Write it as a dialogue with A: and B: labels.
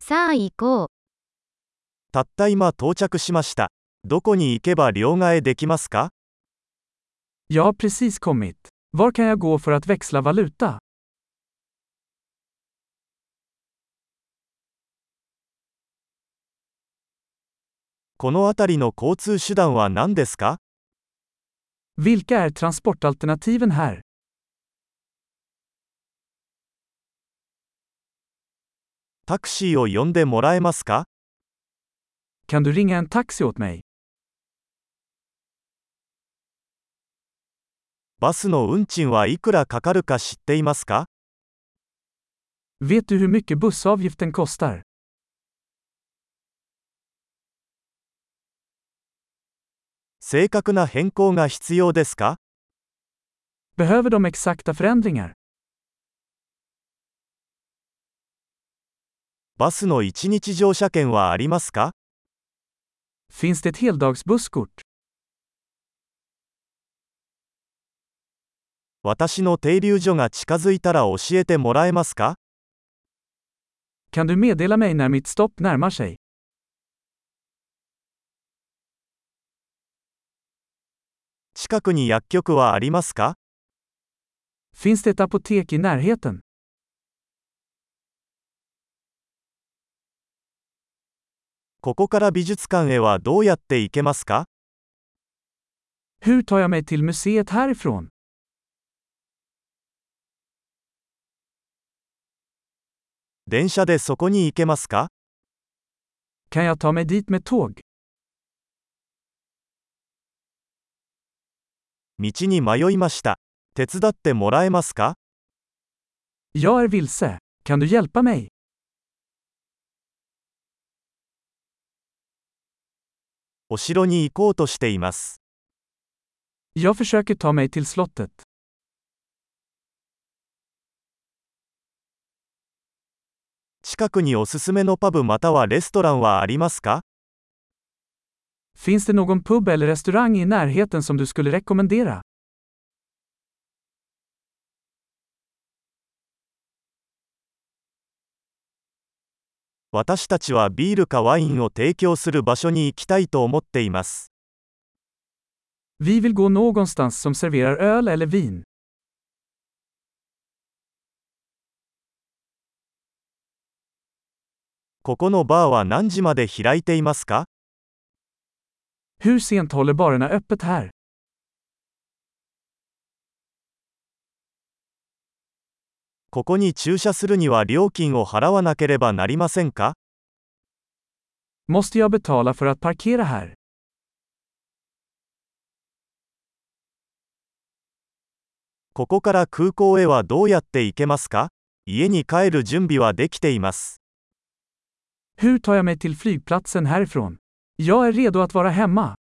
A: さあ行こう。
B: たった今到着しました。どこに行けば両替できますか
C: Jag har precis kommit. Var kan jag gå för att växla valuta?
B: この辺りの交通手段は何ですか
C: Vilka är transportalternativen här?
B: タクシーを呼んでもらえますか
C: Kan du ringa en taxi åt mig?
B: バスの運賃はいくらかかるか知っていますか
C: Vet du hur mycket bussavgiften kostar?
B: 正確な変更が必要ですか
C: Behöver de exakta förändringar?
B: バスの1日乗車券はありますか
C: Finns det ett heldagsbusskort?
B: 私の停留所が近づいたら教えてもらえますか
C: Kan du meddela mig när mitt stopp närmar sig?
B: 近くに薬局はありますか
C: Finns det ett apotek i närheten?
B: ここから美術館へはどうやって行けますか
C: Hur tar jag mig till museet härifrån?
B: 電車でそこに行けますか
C: Kan jag ta mig dit med tåg?
B: 道に迷いました。手伝ってもらえますか
C: Jag är vilse. Kan du hjälpa mig?
B: お城に行こうとしています。
C: Jag försöker ta mig till slottet.
B: 近くにおすすめのパブまたはレストランはありますか
C: Finns det någon pub eller restaurang i närheten som du skulle rekommendera?
B: 私たちはビールかワインを提供する場所に行きたいと思っています。
C: Vi vill gå någonstans som serverar öl eller vin.
B: ここのバーは何時まで開いていますか
C: Hur sent håller barerna öppet här?
B: ここに駐車するには料金を払わなければなりませんか
C: Måste jag betala för att parkera här?
B: ここから空港へはどうやって行けますか家に帰る準備はできています。
C: Hur tar jag mig till flygplatsen härifrån? Jag är redo att vara hemma.